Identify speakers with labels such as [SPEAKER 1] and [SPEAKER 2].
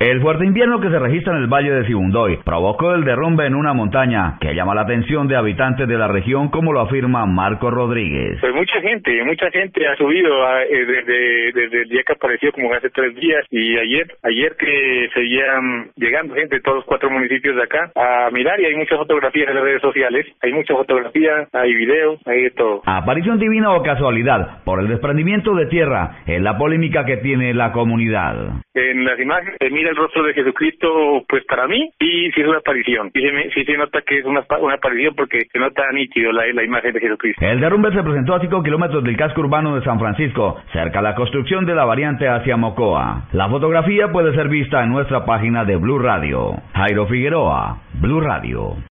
[SPEAKER 1] El fuerte invierno que se registra en el valle de Sibundoy provocó el derrumbe en una montaña que llama la atención de habitantes de la región, como lo afirma Marco Rodríguez.
[SPEAKER 2] Pues mucha gente, mucha gente ha subido a- eh, desde, desde el día que apareció, como hace tres días, y ayer, ayer que seguían llegando gente de todos los cuatro municipios de acá a mirar, y hay muchas fotografías en las redes sociales, hay muchas fotografías, hay videos, hay de todo.
[SPEAKER 1] Aparición divina o casualidad por el desprendimiento de tierra es la polémica que tiene la comunidad.
[SPEAKER 2] En las imágenes se mira el rostro de Jesucristo, pues para mí, y sí es una aparición. Sí se, me- sí se nota que es una, pa- una aparición porque se nota nítido la, la imagen de Jesucristo.
[SPEAKER 1] El derrumbe se presentó a 5 kilómetros del casco urbano de San Francisco, cerca de la construcción de la variante hacia Mocoa. La fotografía puede ser vista en nuestra página de Blue Radio. Jairo Figueroa, Blue Radio.